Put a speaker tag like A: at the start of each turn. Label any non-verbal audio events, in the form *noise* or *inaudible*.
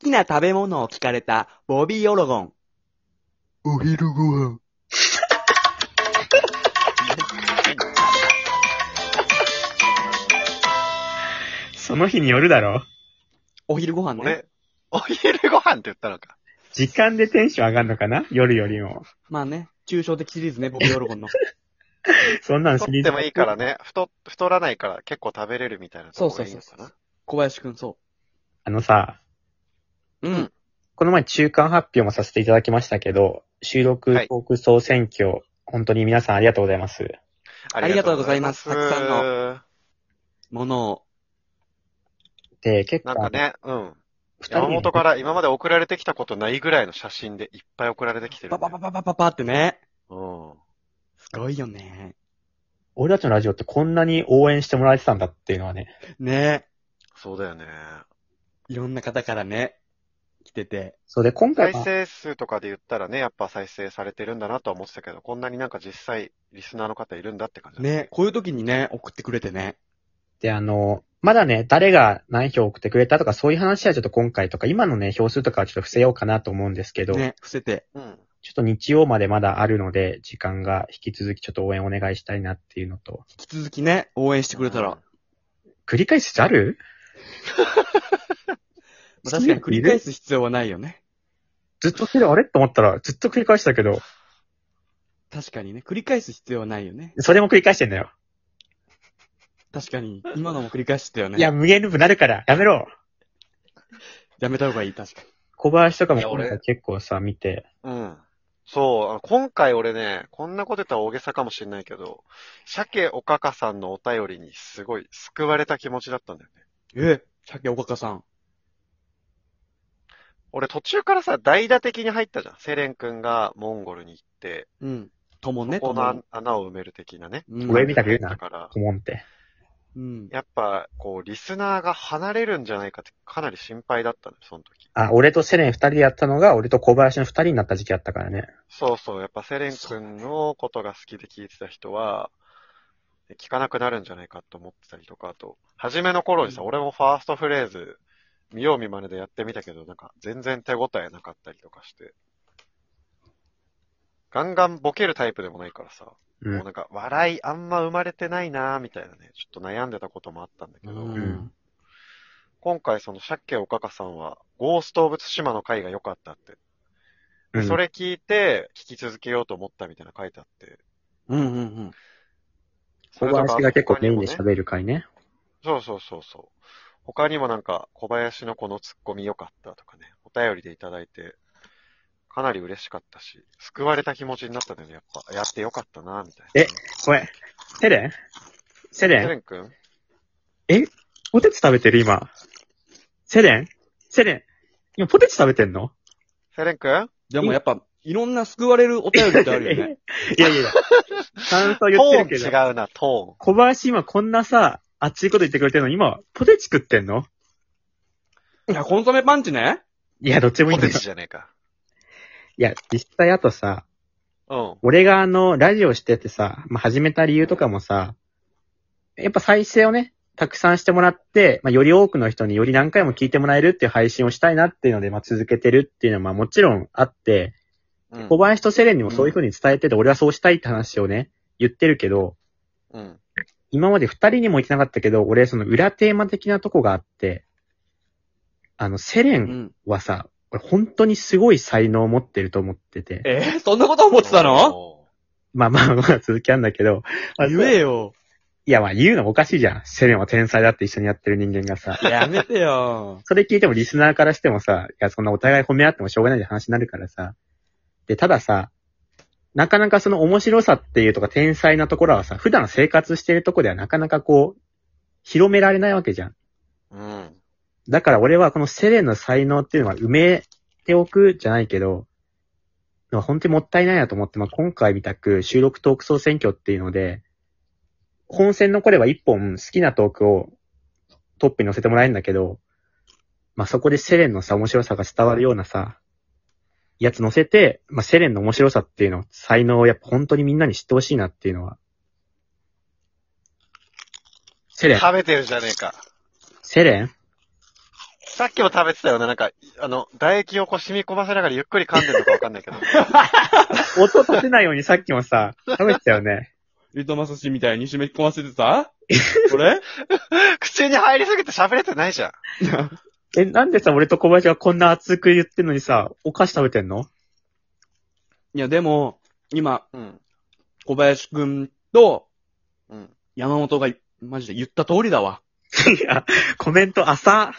A: きな食べ物を聞かれたボビー・オロゴン。
B: お昼ご飯。
C: その日によるだろ。
A: お昼ご飯ね。
D: 俺、お昼ご飯って言ったの
A: *laughs*
D: か。
C: 時間でテンション上がるのかな夜よりも。
A: まあね、抽象的シリーズね、ボビー・オロ
D: *laughs*
A: ゴンの。
C: そんなの知
D: 太
C: り
D: ってもいいからね。太、太らないから結構食べれるみたいなと
A: そう
D: こ
A: そ
D: が
A: う
D: いい
A: そうそ
D: のかな
A: う。。小林くんそ
C: あのさ、
A: う。うん。
C: この前中間発表もさせていただきましたけど、収録
D: はい
C: トーク総選挙、本当に皆さんありがとうございます。
A: ありがとうございます
D: ありがとうございます
A: ものを。
C: で、結
D: なん
C: 構、
D: かね、うん。
C: 二
D: 山
C: 人
D: 本から今まで送られてきたことないぐらいの写真でいっぱい送られてきてる
A: パ
D: んだ
A: パ
D: よ。
A: パパパパパってね。
D: うん。
A: すごいよね。
C: 俺たちのラジオってこんなに応援してもらえてたんだっていうのはね、
A: ね
D: そうだよね。
A: いろんな方からね、来てて。
C: それで今回
D: 再
C: は、
D: 生数とかで言ったらね、やっぱ再生されてるんだなとは思ってたけど、こんなになんか実際、リスナーの方いるんだって感じだ
A: ね、こういう時にね、送ってくれてね。
C: で、あの、まだね、誰が何票送ってくれたとか、そういう話はちょっと今回とか、今のね、票数とかはちょっと伏せようかなと思うんですけど、
A: ね、伏せて。
D: うん。
C: ちょっと日曜までまだあるので、時間が引き続きちょっと応援お願いしたいなっていうのと、
A: 引き続きね、応援してくれたら。ま
C: 繰り返すある
A: あ確かに繰り返す必要はないよね。
C: ずっとそれあれと思ったら、ずっと繰り返したけど、
A: 確かにね、繰り返す必要はないよね。
C: それも繰り返してんだよ。
A: 確かに、今のも繰り返してたよね。
C: いや、無限ループなるから、やめろ
A: やめた方がいい、確かに。
C: 小林とかも
D: いや俺
C: 今回結構さ、見て、
D: うん。そうあの、今回俺ね、こんなこと言ったら大げさかもしれないけど、鮭おかかさんのお便りにすごい救われた気持ちだったんだよね。
A: え、鮭おかかさん。
D: 俺途中からさ、代打的に入ったじゃん。セレン君がモンゴルに行って、
A: うん。ともね、
D: ことの穴
A: も。
D: 穴を埋める的なね。
A: うん
C: 上見たく言うな
D: だから、
C: コモンって。
A: うん。
D: やっぱ、こう、リスナーが離れるんじゃないかってかなり心配だったのよ、その時。
C: あ、俺とセレン二人でやったのが、俺と小林の二人になった時期あったからね。
D: そうそう、やっぱセレン君のことが好きで聞いてた人は、聞かなくなるんじゃないかと思ってたりとか、あと、初めの頃にさ、
A: うん
D: 俺もファーストフレーズ、見よう見まねでやってみたけど、なんか全然手応えなかったりとかして。ガンガンボケるタイプでもないからさ、
C: う
D: もうなんか笑いあんま生まれてないなーみたいなね、ちょっと悩んでたこともあったんだけ
A: う
D: ど、
A: ん。
D: 今回その鮭おかかさんは、ゴースト・オブ・ツシマの回が良かったって。
C: ん。
D: それ聞いて、聞き続けようと思ったみたいな書いてあって。
A: うんうんうん。
C: 小林が結構メインで
D: る。
C: 喋る回ね。
D: そうそうそうそう。他にもなんか、小林のこのツッコミ良かったとかね、お便りでいただいて、かなり嬉しかったし、救われた気持ちになったんだよね、やっぱ。やってよかったな、みたいな。
C: えごめん。セレンセレ
D: セレ
C: ン
D: ン君
C: ポテチ食べてる今。セレンセレン今ポテチ食べてんの
D: セレン君
A: でもやっぱ、いろんな救われるお便りってある
D: *laughs*
A: よね。
C: いやいやいや。感想
D: ト
C: 言ってるけど。
D: ーン違うな、ト
C: 小林今こんなさ、あっちいこと言ってくれてるのに今、ポテチ食ってんの
A: いや、コンソメパンチね。
C: いや、どっちで
D: ー
C: も
D: ン。
C: いい
D: ポ
C: んだ
D: テ
C: よ
D: チ。じゃねえか。
C: いや、実際あとさ、
D: うん。
C: 俺があの、ラジオしててさ、まあ、始めた理由とかもさ、やっぱ再生をね、たくさんしてもらって、まあ、より多くの人により何回も聞いてもらえるっていう配信をしたいなっていうので、まあ、続けてるっていうのは、まあ、もちろんあって、
D: うん
C: 小林とセレンにもそういう風に伝えてて、俺はそうしたいって話をね、言ってるけど、
D: うん。
C: 今まで二人にも言ってなかったけど、俺、その裏テーマ的なとこがあって、あの、セレ
A: う
C: ン
A: ん。
C: はさ、俺本当にすごい才能を持ってると思ってて、
A: えーそんなこと思ってたの
C: まあまあまあ続きあんだけど、まあ
A: 言えよ。
C: いやまあ言うのもおかしいじゃん。セレンは天才だって一緒にやってる人間がさ。
A: やめてよ。
C: それ聞いてもリスナーからしてもさ、いやそんなお互い褒め合ってもしょうがないって話になるからさ。で、たださ、なかなかその面白さっていうとか天才なところはさ、普段生活してるとこではなかなかこう、広められないわけじゃん。
D: うん。
C: だから俺はこのセレンの才能っていうのは埋めておくじゃないけど、本当にもったいないなと思って、まあ、今回みたく収録トーク総選挙っていうので、本戦残れば一本好きなトークをトップに乗せてもらえるんだけど、まあ、そこでセレンのさ、面白さが伝わるようなさ、やつ乗せて、まあ、セレンの面白さっていうの、才能をやっぱ本当にみんなに知ってほしいなっていうのは。セレン、
D: 食べてるじゃねえか。
C: セレン
D: さっきも食べてたよね。なんか、あの、唾液をこう染み込ませながらゆっくり噛んでるのかわかんないけど。 *laughs*
C: 音立てないようにさっきもさ、食べてたよね。
A: リトマス紙みたいに締め込ませてさこれ
D: 口に入りすぎて喋れてないじゃん。
C: え、なんでさ、俺と小林がこんな熱く言ってんのにさ、お菓子食べてんの *laughs*
A: いや、でも、今、
D: うん。
A: 小林くんと
D: うん。
A: 山本が、マジで言った通りだわ。
C: いや、コメント浅。